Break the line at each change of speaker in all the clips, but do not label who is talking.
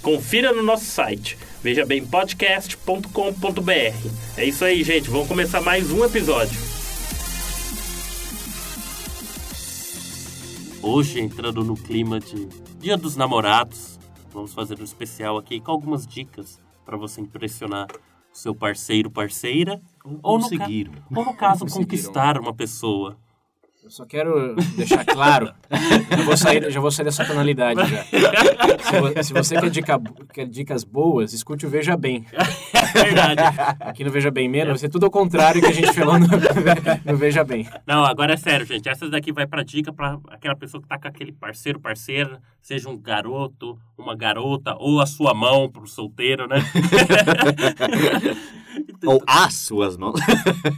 Confira no nosso site, vejabempodcast.com.br. É isso aí, gente, vamos começar mais um episódio. Hoje, entrando no clima de Dia dos Namorados, vamos fazer um especial aqui com algumas dicas para você impressionar o seu parceiro, parceira, ou no, ca-
conseguiram.
ou no caso,
Conseguiram.
conquistar uma pessoa.
Eu só quero deixar claro, eu vou sair, já vou sair dessa tonalidade já. Se, vo- se você quer, dica bo- quer dicas boas, escute o Veja Bem.
É Verdade.
Aqui no Veja Bem Menos, é tudo ao contrário que a gente falou no, no Veja Bem.
Não, agora é sério, gente. Essas daqui vai pra dica pra aquela pessoa que tá com aquele parceiro, parceira, seja um garoto, uma garota, ou a sua mão pro solteiro, né?
Ou as suas mãos.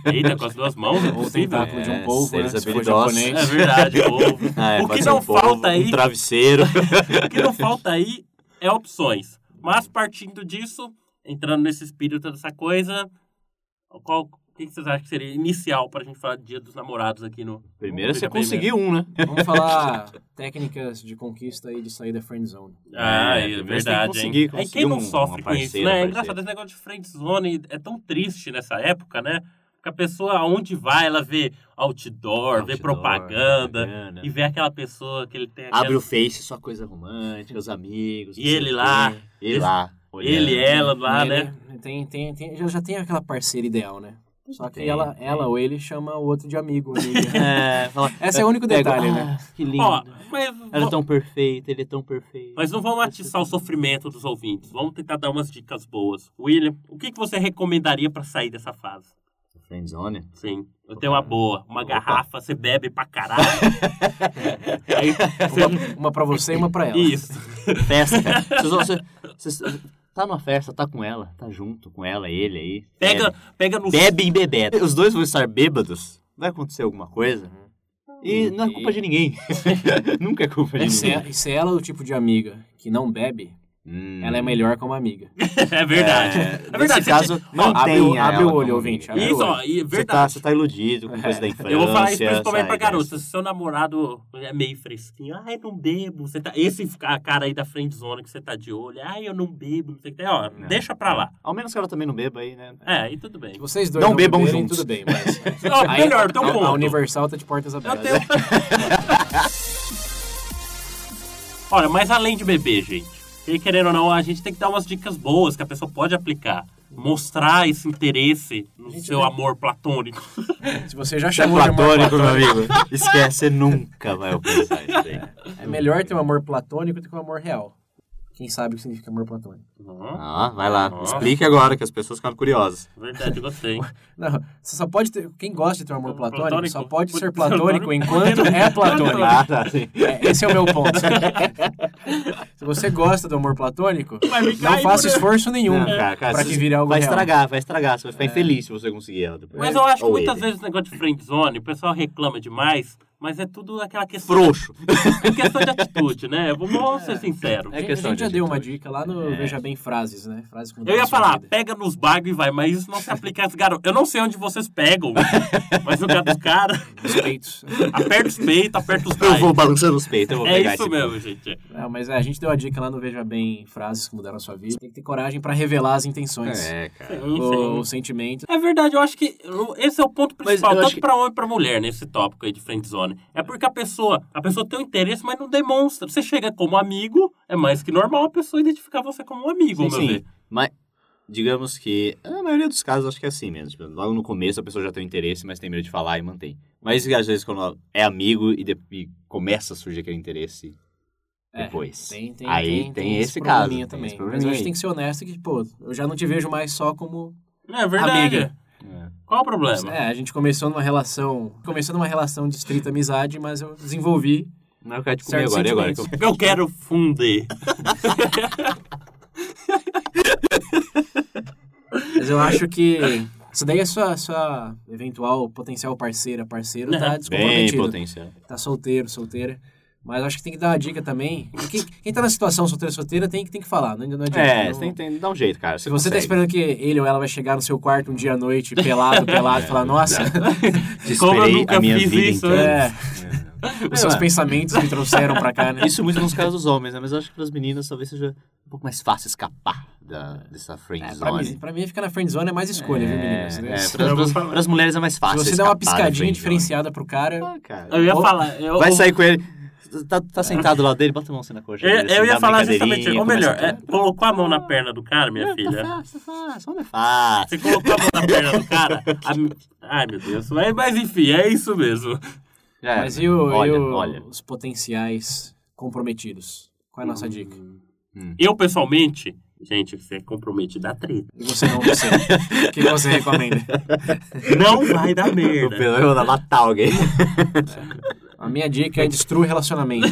Eita, com as duas mãos, é
Ou o
possível.
tentáculo de um
É,
polvo, né?
seres
Se for
habilidosos.
É
japonês.
verdade, ovo.
Ah, é,
o
pode
que
ser um
não
polvo,
falta
Um
aí
travesseiro.
O que não falta aí é opções. Mas partindo disso, entrando nesse espírito dessa coisa, qual, o que vocês acham que seria inicial pra gente falar de Dia dos Namorados aqui no...
Primeiro você
Veja bem
conseguiu um, né?
Vamos falar técnicas de conquista e de sair da friend zone.
Ah,
É,
é,
primeiro você tem que
verdade, hein?
conseguir-
Aí
conseguir
quem não
um-
sofre
uma
com isso,
parceira,
né? É
parceiro.
engraçado, esse negócio de friend zone é tão triste nessa época, né? Porque a pessoa, aonde vai, ela vê outdoor, vê
Outdoor,
propaganda,
propaganda.
e vê aquela pessoa que ele tem...
Abre o
aquela-
Face, só coisa romântica, os amigos.
E
não sei
ele
o
lá,
quê. Ele
esse-
lá.
Ele,
olhando.
ela lá,
Ele-
né?
Tem, tem, tem- já, já tem aquela parceira ideal, né? Só que
Tem,
ela,
tem.
ela ou ele chama o outro de amigo. amiga.
É, fala,
Esse é o único detalhe,
pega-
né?
Ah, que lindo.
Ó, mas...
Ela é tão perfeita, ele é tão perfeito.
Mas não vamos atiçar o sofrimento dos ouvintes. Vamos tentar dar umas dicas boas. William, o que, que você recomendaria pra sair dessa fase?
Friendzone?
Sim, eu tenho uma boa. Uma
Opa.
garrafa, você bebe pra caralho. Aí, você...
Uma pra você e uma pra ela.
Isso.
Festa. cara. Vocês vão- Você, você tá numa festa, tá com ela, tá junto com ela, ele aí.
Pega, pega no...
Bebe e bebeda. Os dois vão estar bêbados. Vai acontecer alguma coisa. E não é culpa de ninguém. Nunca é culpa de
E se,
ninguém.
e se ela é o tipo de amiga que não bebe,
Hum.
ela é melhor como amiga.
É verdade. É,
É,
verdade.
Nesse caso, não
abre
tem
o- abre o olho, ouvinte, abre
Isso, ó, e é
Você tá,
verdade.
você tá iludido com coisa da infância. né?
Eu vou falar isso
sai
principalmente pra
dessa.
garota. Se seu namorado é meio fresquinho, ai, não bebo. Você tá... Esse a cara aí da friend zone que você tá de olho, ai, eu não bebo, não sei o que. Ó,
Não.
deixa pra lá.
Ao menos que ela também não beba aí, né?
É, aí tudo bem.
Se vocês dois
Não
não,
bebam
beberem,
juntos.
tudo bem, mas...
Ó,
Aí,
melhor, tem um
a-
ponto.
A Universal tá de portas
Eu
abertas.
tenho. Olha, mas além de beber, gente, e querendo ou não, a gente tem que dar umas dicas boas que a pessoa pode aplicar. Mostrar esse interesse no seu
né?
amor platônico.
Se você já
Você é
chamou de amor
platônico, meu
platônico,
amigo. Esquece, você nunca vai alcançar isso aí.
é melhor ter um amor platônico do que um amor real. Quem sabe o que significa amor platônico?
Não,
Ah, vai lá.
Nossa.
Explique agora, que as pessoas ficaram curiosas.
verdade, gostei.
Não, você só pode ter... Quem gosta de ter um amor platônico,
Platônico.
só pode ser
Platônico.
platônico enquanto é platônico.
Ah, tá, sim.
É, Esse é o meu ponto. Se você gosta do amor platônico,
Vai ficar
não
aí
faça
por-
esforço nenhum
Não, cara, cara,
pra
você-
que vire algo
Vai
real.
estragar, vai estragar. Você vai ficar infeliz se você conseguir ela depois.
Mas eu acho que
Ou
muitas
ele.
vezes o negócio de friend zone, o pessoal reclama demais, mas é tudo aquela questão.
Frouxo.
É questão de atitude, né? Vamos ser sinceros.
É
A gente-
questão
a gente
de
já deu uma
atitude.
dica lá no
É.
Veja Bem Frases, né? Frases com
Eu ia falar, pega nos bagos e vai, mas isso não se aplica às garotas. Eu não sei onde vocês pegam, mas no lugar dos caras,
Respeitos.
aperta os peitos, aperta os
Eu
bagos.
vou balançando os peitos, eu vou
É
pegar
isso
esse
mesmo, gente.
Não, mas é, a gente deu a dica lá no Veja Bem Frases que mudaram a sua vida. Tem que ter coragem pra revelar as intenções.
É, cara.
Sim,
O,
sim.
o sentimento.
É verdade, eu acho que eu- esse é o ponto principal,
eu acho
tanto
que-
pra homem pra mulher, nesse tópico aí de friend zone. É porque a pessoa, a pessoa tem um interesse, mas não demonstra. Você chega como amigo, é mais que normal a pessoa identificar você como um amigo,
Sim,
meu
sim.
ver.
Mas, digamos que, na maioria dos casos, acho que é assim mesmo. Tipo, logo no começo a pessoa já tem um interesse, mas tem medo de falar e mantém. Mas às vezes quando é amigo e, de- e começa a surgir aquele interesse
É,
depois.
Tem, tem,
Aí
tem,
tem esse
probleminha
caso, tem
também.
esse
mas eu
probleminha
acho
aí.
que tem que ser honesto que, pô, eu já não te vejo mais só como.
É verdade.
Amiga.
É.
Qual o problema?
É, a gente começou numa relação. Começou numa relação de estrita amizade, mas eu desenvolvi
Mas eu quero te comer
certos
agora, e agora?
sentimentos.
Eu quero fundir.
Mas eu acho que. Isso daí é sua, sua eventual potencial parceira, parceiro, tá
Uhum.
Bem
descomprometido.
potencial.
Tá solteiro, solteira. Mas eu acho que tem que dar uma dica também. E Quem, quem tá na situação solteira, solteira, tem, que- tem que falar. né? Não, não adianta.
É,
não-
você tem, tem, dá um jeito, cara.
Se você tá
consegue.
esperando que ele ou ela vai chegar no seu quarto um dia à noite, pelado, pelado, e falar, nossa,
Tá Te
Como eu
esperei
nunca
a minha
fiz
vida
isso,
inteira.
é,
É,
os seus
ué.
pensamentos me trouxeram pra cá, né?
Isso muito nos casos dos homens, né? Mas eu acho que para as meninas talvez seja um pouco mais fácil escapar da, dessa friend
É, pra, mim,
zone.
pra mim, ficar na friendzone é mais escolha, viu, meninas?
É,
Né?
é,
Se
pras- pras- pras mulheres é mais fácil.
você der uma
escapar da friend
piscadinha
zone.
diferenciada pro cara,
Ah, cara.
Eu ia
Ou-
falar. Eu,
Vai sair com ele. Tá, tá sentado lá dele, bota a mão assim na coxa.
Eu,
dele, assim,
eu
dá
ia
uma
falar
brincadeirinha,
justamente. Ou
começa
melhor,
a-
é, colocou a mão na perna do cara, minha
Não, Tá
filha.
fácil, tá fácil, homem é fácil.
Você colocou a mão na perna do cara. a- Ai, meu Deus. Mas, mas enfim, é isso mesmo.
Já é,
mas e, o- e
olha,
o-
olha.
os potenciais comprometidos? Qual é a nossa
Hum.
dica?
Eu, pessoalmente, gente, você é comprometido a treta.
E você não, você. O que você recomenda?
Não vai dar
O
né?
merda.
Pelé vai matar alguém.
A minha dica é destrua o relacionamento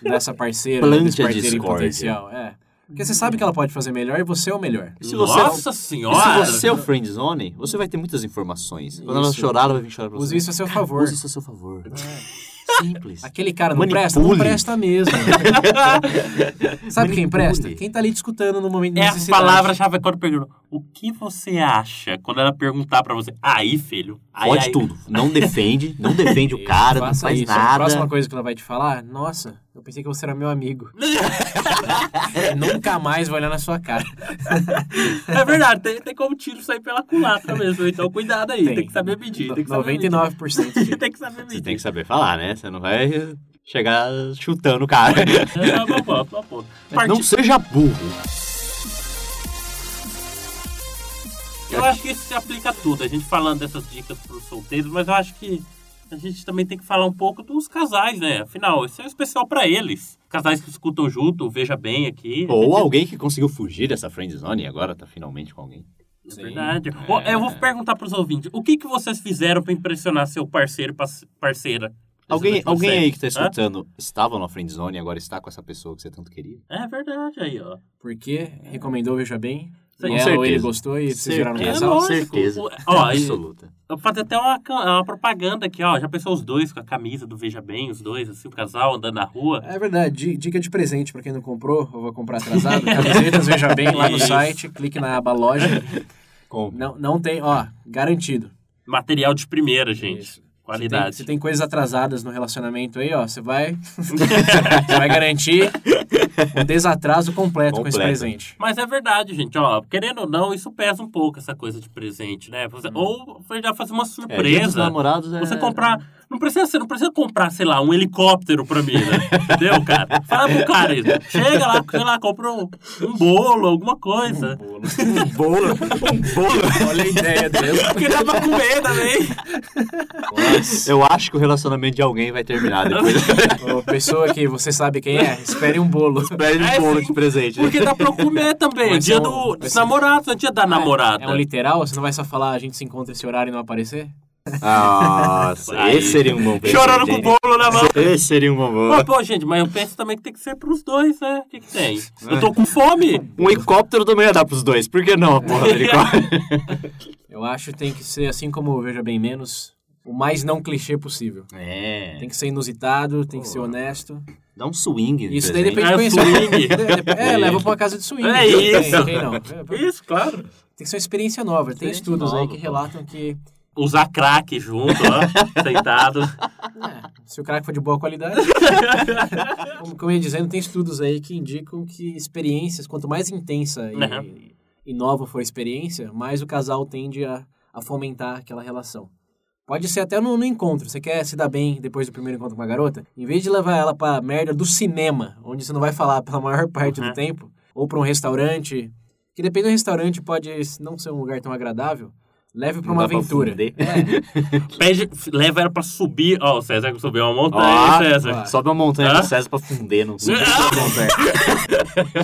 dessa parceira,
Plante
desse
a
parceiro em
discórdia.
potencial. É. Porque você sabe que ela pode fazer melhor e você é o melhor.
Se você-
Nossa senhora!
Se você é o friendzone, você vai ter muitas informações. Quando ela
Isso.
chorar, ela vai vir chorar pra você.
Use isso a seu favor. É.
Use isso a seu favor. Simples.
Aquele cara não
Manipule.
presta? Não presta mesmo. sabe quem presta? Quem tá ali discutando no momento de
É a
necessidade.
palavra-chave quando perguntam. O que você acha? Quando ela perguntar pra você, aí, filho. Aí,
Pode
aí."
tudo. Não defende, não defende o cara, não
Faça
faz
isso. A
nada.
próxima coisa que ela vai te falar, nossa, eu pensei que você era meu amigo. Eu nunca mais vou olhar na sua cara.
É verdade, tem, tem como tiro sair pela culatra mesmo. Então cuidado aí, tem,
Tem.
que saber medir. Tem que saber medir.
99%. filho.
tem que saber
Você
medir.
tem que saber falar, né? Você não vai chegar chutando o cara.
É uma boa, uma boa.
Mas
Parti-
Não seja burro.
Eu acho que isso se aplica a tudo. A gente falando dessas dicas para os solteiros, mas eu acho que a gente também tem que falar um pouco dos casais, né? Afinal, isso é especial para eles. Casais que escutam junto, veja bem aqui. É
Ou alguém que conseguiu fugir dessa friend zone e agora tá finalmente com alguém.
É
Sim.
verdade. Ó, Eu vou perguntar para os ouvintes: o que, que vocês fizeram para impressionar seu parceiro, pa- parceira?
Alguém,
Esses
alguém aí que tá
processos,
escutando estava na friend zone e agora está com essa pessoa que você tanto queria?
hã? É verdade aí, ó.
Porque recomendou, veja bem.
Com
E ela ou ele
certeza.
gostou e vocês viraram um
Certeza. É
casal.
lógico.
certeza.
O- ó, e-
absoluta.
Eu vou fazer até uma, can- uma propaganda aqui, ó. Já pensou os dois com a camisa do Veja Bem, os dois, assim, o casal andando na rua?
É verdade, di- dica de presente pra quem não comprou, ou vai comprar atrasado, camisetas, veja bem, lá no
Isso.
site, clique na aba loja.
Com
Não, não tem, ó, garantido.
Material de primeira, gente.
Isso. Se tem,
Qualidade.
se tem coisas atrasadas no relacionamento aí, ó, você vai, você vai garantir um desatraso completo com esse
Completo.
presente.
Mas é verdade, gente, ó, querendo ou não, isso pesa um pouco, essa coisa de presente, né?
Hum.
Você- Ou já fazer uma
É, Dia dos
surpresa.
namorados é...
você comprar. Não precisa, você não precisa comprar, sei lá, um helicóptero pra mim, né? Entendeu, cara? Fala pro cara isso. Chega lá, sei lá, compra um, um bolo, alguma
Um
coisa.
bolo. bolo.
Olha a ideia dele.
Porque dá pra comer também.
Eu acho que o relacionamento de alguém vai terminar depois.
Ô, pessoa que você sabe quem é, espere um bolo.
Pede
É,
um bolo
sim.
de presente.
Porque dá pra comer também.
Mas
Dia
é um-
do, dos
mas-
namorados, não é dia da namorada.
É um literal? Você não vai só falar, "Ah, a gente se encontra esse horário e não aparecer?
Nossa,
Aí.
esse seria um bom presente.
né? Chorando com o
hein?
bolo na mão.
Esse seria um bom
Pô,
bolo.
pô, gente, mas eu penso também que tem que ser pros dois, né? O que, que tem? Eu tô com fome.
Um helicóptero também ia dar pros dois. Por que não a porra do helicóptero?
Eu acho que tem que ser, assim como o Veja Bem Menos, o mais não clichê possível.
É.
Tem que ser inusitado, tem que ser
Pô.
honesto.
Dá um swing. de
Isso daí
presente.
depende
É
do
swing.
conhecimento. É, leva pra uma casa de swing.
É
Tem-
isso.
Tem, não. Tem
Isso, claro.
que ser uma experiência nova. Tem
Experiência
estudos aí
nova,
que
pô.
relatam que
Usar crack junto, ó. sentado.
é, se o crack for de boa qualidade... como, como eu ia dizendo, tem estudos aí que indicam que experiências, quanto mais intensa e,
Uhum.
e nova for a experiência, mais o casal tende a, a fomentar aquela relação. Pode ser até no, no encontro. Você quer se dar bem depois do primeiro encontro com a garota? Em vez de levar ela pra merda do cinema, onde você não vai falar pela maior parte
Uhum.
do tempo, ou pra um restaurante, que depende do restaurante, pode não ser um lugar tão agradável, leve pra
Não
uma
dá pra
aventura. É.
fuder.
Pede, leva ela pra subir. Ó, o César que subiu uma montanha,
Ó,
César.
Sobe uma montanha
Hã?
do César pra funder, não sei.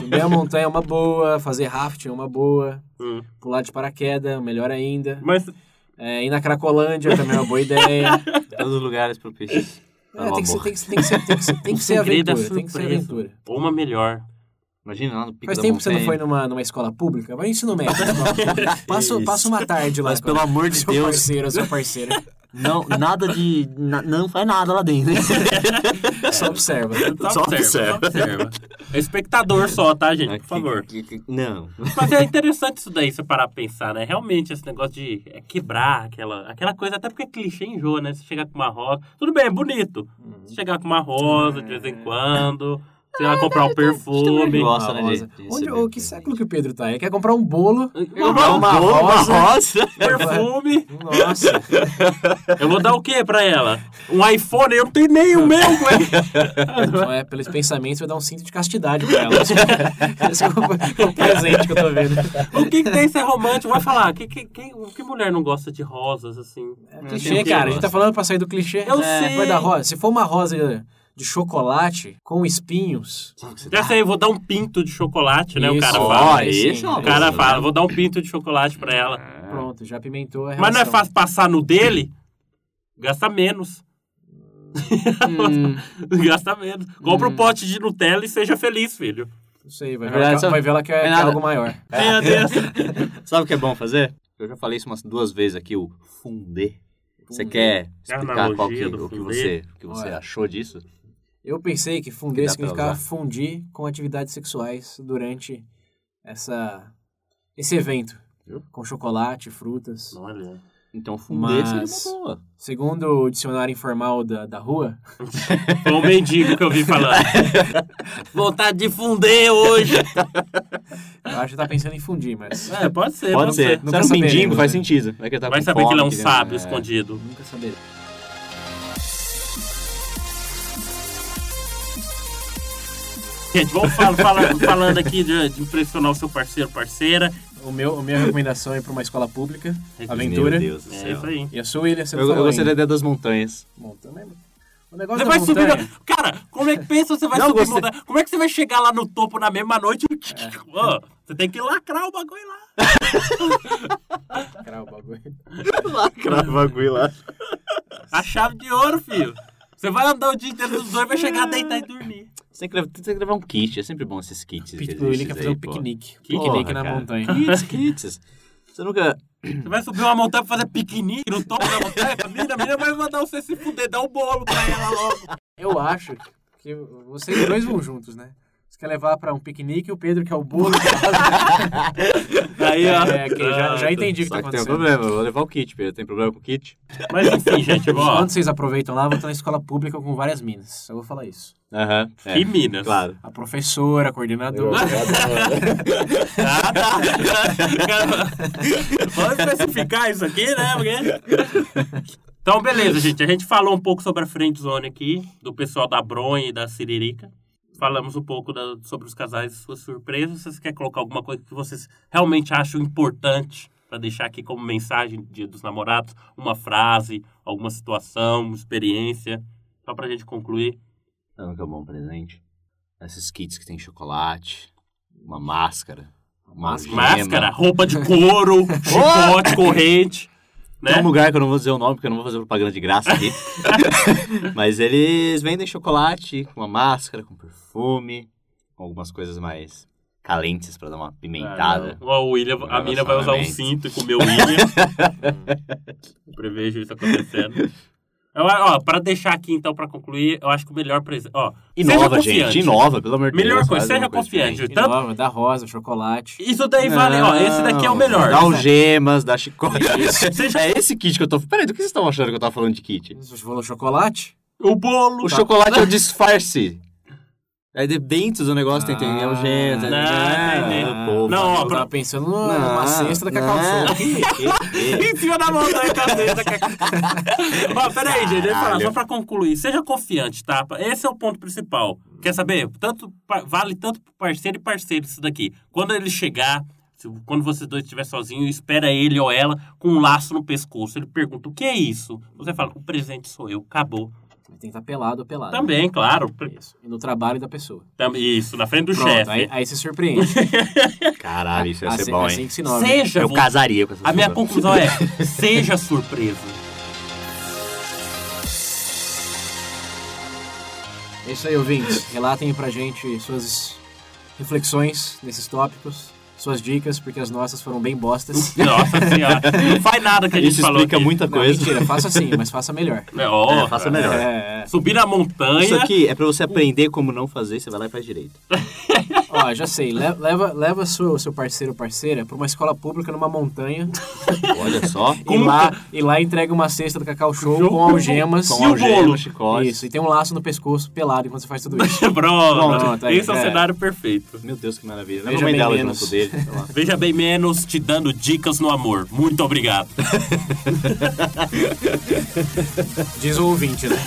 Subir a montanha é uma boa, fazer rafting é uma boa,
Hum.
pular de paraquedas, melhor ainda.
Mas
É, ir na Cracolândia também é uma boa ideia.
Todos os lugares propícios. Tá
É, tem, que ser, tem, que ser, tem que ser- tem que ser- tem que
o
ser
segredo é
aventura. Tem que ser
surpresa.
aventura.
Ou uma melhor.
Imagina lá no pico
Faz
da
tempo que você não
montanha.
foi numa, numa escola pública? Vai no ensino médio. só. Passa
Isso.
passa uma tarde lá.
Mas
com
pelo amor de
seu
Deus.
parceiro, seu parceiro.
Não, nada de. na- não faz nada lá dentro.
né?
Só observa.
Só
Tá
observa.
Só observa. É espectador só, tá, gente? Por favor.
Não.
Mas é interessante isso daí, você parar pra pensar, né? Realmente, esse negócio de é, quebrar aquela, aquela coisa, até porque clichê enjoa, né? Você chegar com uma rosa. Tudo bem, é bonito.
Uhum.
Você chegar com uma rosa de vez
É.
em quando, você vai comprar um perfume.
gosta, né,
Rosa.
gente, de
Onde,
receber
ô, que
presente.
século que o Pedro tá? Ele quer comprar um bolo.
Eu vou dar um
Uma rosa.
perfume.
Nossa.
Eu vou dar o quê pra ela? Um iPhone? Eu não tenho nem o meu, velho.
Então é, pelos pensamentos, vai dar um cinto de castidade pra ela. Esse é o, o presente que eu tô vendo.
O que, que tem ser romântico? Vai falar, que, que, que, que mulher não gosta de rosas, assim?
É Clichê, cara. A gente tá falando pra sair do clichê.
Eu
É,
sei.
Vai dar rosa. Se for uma rosa de chocolate com espinhos,
Já sei, eu vou dar um pinto de chocolate, né? O
Isso.
cara
Ó,
fala.
esse é uma
O cara
coisa,
fala,
né?
vou dar um pinto de chocolate pra ela.
pronto, já pimentou a
Mas não é
relação.
fácil passar no dele? Gasta menos. Gasta menos. Compra um pote de Nutella e seja feliz, filho.
Não sei, vai
Na
ver, ela,
verdade,
que-
só-
vai ver ela que é,
é
que é
nada.
algo maior.
Meu Deus.
Sabe o que é bom fazer? Eu já falei isso umas duas vezes aqui, o fundê. Você quer explicar
Uhum. Analogia
qual que,
do
o, que
fundê.
você, o que você
Olha.
achou disso?
Eu pensei
Que
que fundir
dá pra
significava
usar.
fundir com atividades sexuais durante essa, esse evento.
Viu?
Com chocolate, frutas.
Olha.
Então fundê
Mas-
seria uma boa.
Segundo o dicionário informal da, da rua,
Foi um mendigo que eu vi falando. Vontade de funder hoje.
eu acho que tá pensando em fundir, mas
Ah,
É, pode ser,
Pode ser.
Nunca
Será que um
saberemos,
mendigo faz
né?
sentido. Vai que ele tá
Vai
com
saber que ele é um
fome, querendo-
sábio
é.
escondido.
nunca saberei.
Gente, vamos fal- fala- falando aqui de, de impressionar o seu parceiro, parceira.
O meu, a minha recomendação é pra uma escola pública,
Meu
aventura.
Deus do
É
céu.
isso aí.
E a sua, William, você
Eu,
não
eu
falou
gostei da
ainda.
ideia das montanhas.
Bom, também... O negócio
Você
da
vai subir.
montanha...
na- Cara, como é que pensa você É. vai
Não,
subir
gostei.
montanha? Como é que você vai chegar lá no topo na mesma noite? Ó, você tem que lacrar o bagulho lá.
Caralho, o bagulho.
Crava bagulho lá.
A chave de ouro, filho. Você vai andar o dia inteiro dos dois, vai chegar, deitar e dormir.
Você tem que levar- tem que levar um kit, é sempre bom esses kits. que
O William
existem
quer fazer um
aí, pô.
piquenique.
Porra,
Piquenique na
cara.
montanha.
Kits, kits. Você nunca.
Você vai subir uma montanha pra fazer piquenique no topo da montanha. A mina, a mina vai mandar você se fuder, dar um bolo pra ela logo.
Eu acho que vocês dois vão juntos, né? Você quer levar pra um piquenique o Pedro, que é o bolo.
Aí, ó.
é, ok, já,
Ah,
já entendi o que tá
Só que tem um
acontecendo.
problema, eu vou levar o kit, Pedro. Tem problema com o kit?
Mas enfim, gente, ó.
Quando vocês aproveitam lá, eu vou estar na escola pública com várias minas. Eu vou falar isso.
Aham. é,
E Minas.
Claro.
A professora, a coordenadora.
Ah, tá. Cara, Pode especificar isso aqui, né? Porque- Então, beleza, gente. A gente falou um pouco sobre a Friend Zone aqui, do pessoal da Bronha e da Siririca. Falamos um pouco da- sobre os casais e suas surpresas. Vocês querem colocar alguma coisa que vocês realmente acham importante para deixar aqui como mensagem do Dia dos Namorados? Uma frase, alguma situação, uma experiência? Só pra gente concluir.
Sabe o que é um bom presente? Esses kits que tem chocolate, uma máscara, uma gema.
Máscara, roupa de couro, chicote, corrente. Né?
Tem um lugar que eu não vou dizer o nome, porque eu não vou fazer propaganda de graça aqui. Mas eles vendem chocolate com uma máscara, com perfume, com algumas coisas mais calentes pra dar uma pimentada.
Ah, não. Ó, o William, a mina vai usar um
Relacionamento.
cinto e comer o William. Eu Prevejo isso acontecendo. Eu, ó, pra deixar aqui, então, pra concluir, eu acho que o melhor presente. Ó, seja
inova,
confiante.
gente, inova, pelo amor de Deus.
Melhor coisa,
faz
seja
alguma
confiante.
diferente.
Tanto,
Inova, da rosa, chocolate.
isso daí vale, ó, esse daqui é o
Não,
melhor.
Dá um algemas, dá chicote.
Seja-
É esse kit que eu tô. Peraí, do que vocês estão achando que eu tava falando de kit?
Você falou chocolate?
O bolo.
O chocolate é o disfarce. É de dentro do negócio, tem, tem
Ah,
algemas.
não, entendi. é. Não, ó,
eu
pra-
tava pensando no- numa cesta da Cacau Show.
Em cima da montanha com a cesta, cara. Ó, peraí, gente, deixa eu falar,
Caralho.
só pra concluir. Seja confiante, tá? Esse é o ponto principal. Quer saber? Tanto, pa- vale tanto pro parceiro e parceiro isso daqui. Quando ele chegar, se- quando vocês dois estiverem sozinhos, espera ele ou ela com um laço no pescoço. Ele pergunta, o que é isso? Você fala, o presente sou eu, acabou.
Tem que estar pelado ou pelado.
Também, claro. pre-
Isso. E no trabalho da pessoa.
tam- Isso, na frente do
Pronto,
chefe.
aí, é aí se surpreende.
Caralho, Ah, isso ia ser
assim,
bom,
assim
hein?
que se nova.
Seja
Eu
vo-
casaria com essa
A minha
pessoa.
conclusão é, seja surpreso.
É isso aí, ouvintes. Relatem pra gente suas reflexões nesses tópicos, suas dicas, porque as nossas foram bem bostas.
Nossa senhora. Não faz nada que a gente
Isso
falou.
explica
aqui.
muita
Não,
coisa.
mentira, faça assim, mas faça melhor.
É, ó,
É, faça melhor.
É,
Subir na montanha.
Isso aqui é pra você aprender como não fazer, você vai lá e faz direito.
ó, já sei, le- leva, leva seu, seu parceiro ou parceira pra uma escola pública numa montanha
Olha só.
e lá, e lá entrega uma cesta do Cacau Show
Show
é? com algemas.
com
Com algema,
bolo?
chicote.
Isso, e tem um laço no pescoço pelado enquanto você faz tudo isso.
Pronto.
Pronto, aí,
Esse é o
é.
cenário perfeito.
Meu Deus, que maravilha. Lembra
Veja
a mãe
bem
dela
menos.
junto dele. sei lá.
Veja bem menos te dando dicas no amor. Muito obrigado.
Diz o ouvinte, né?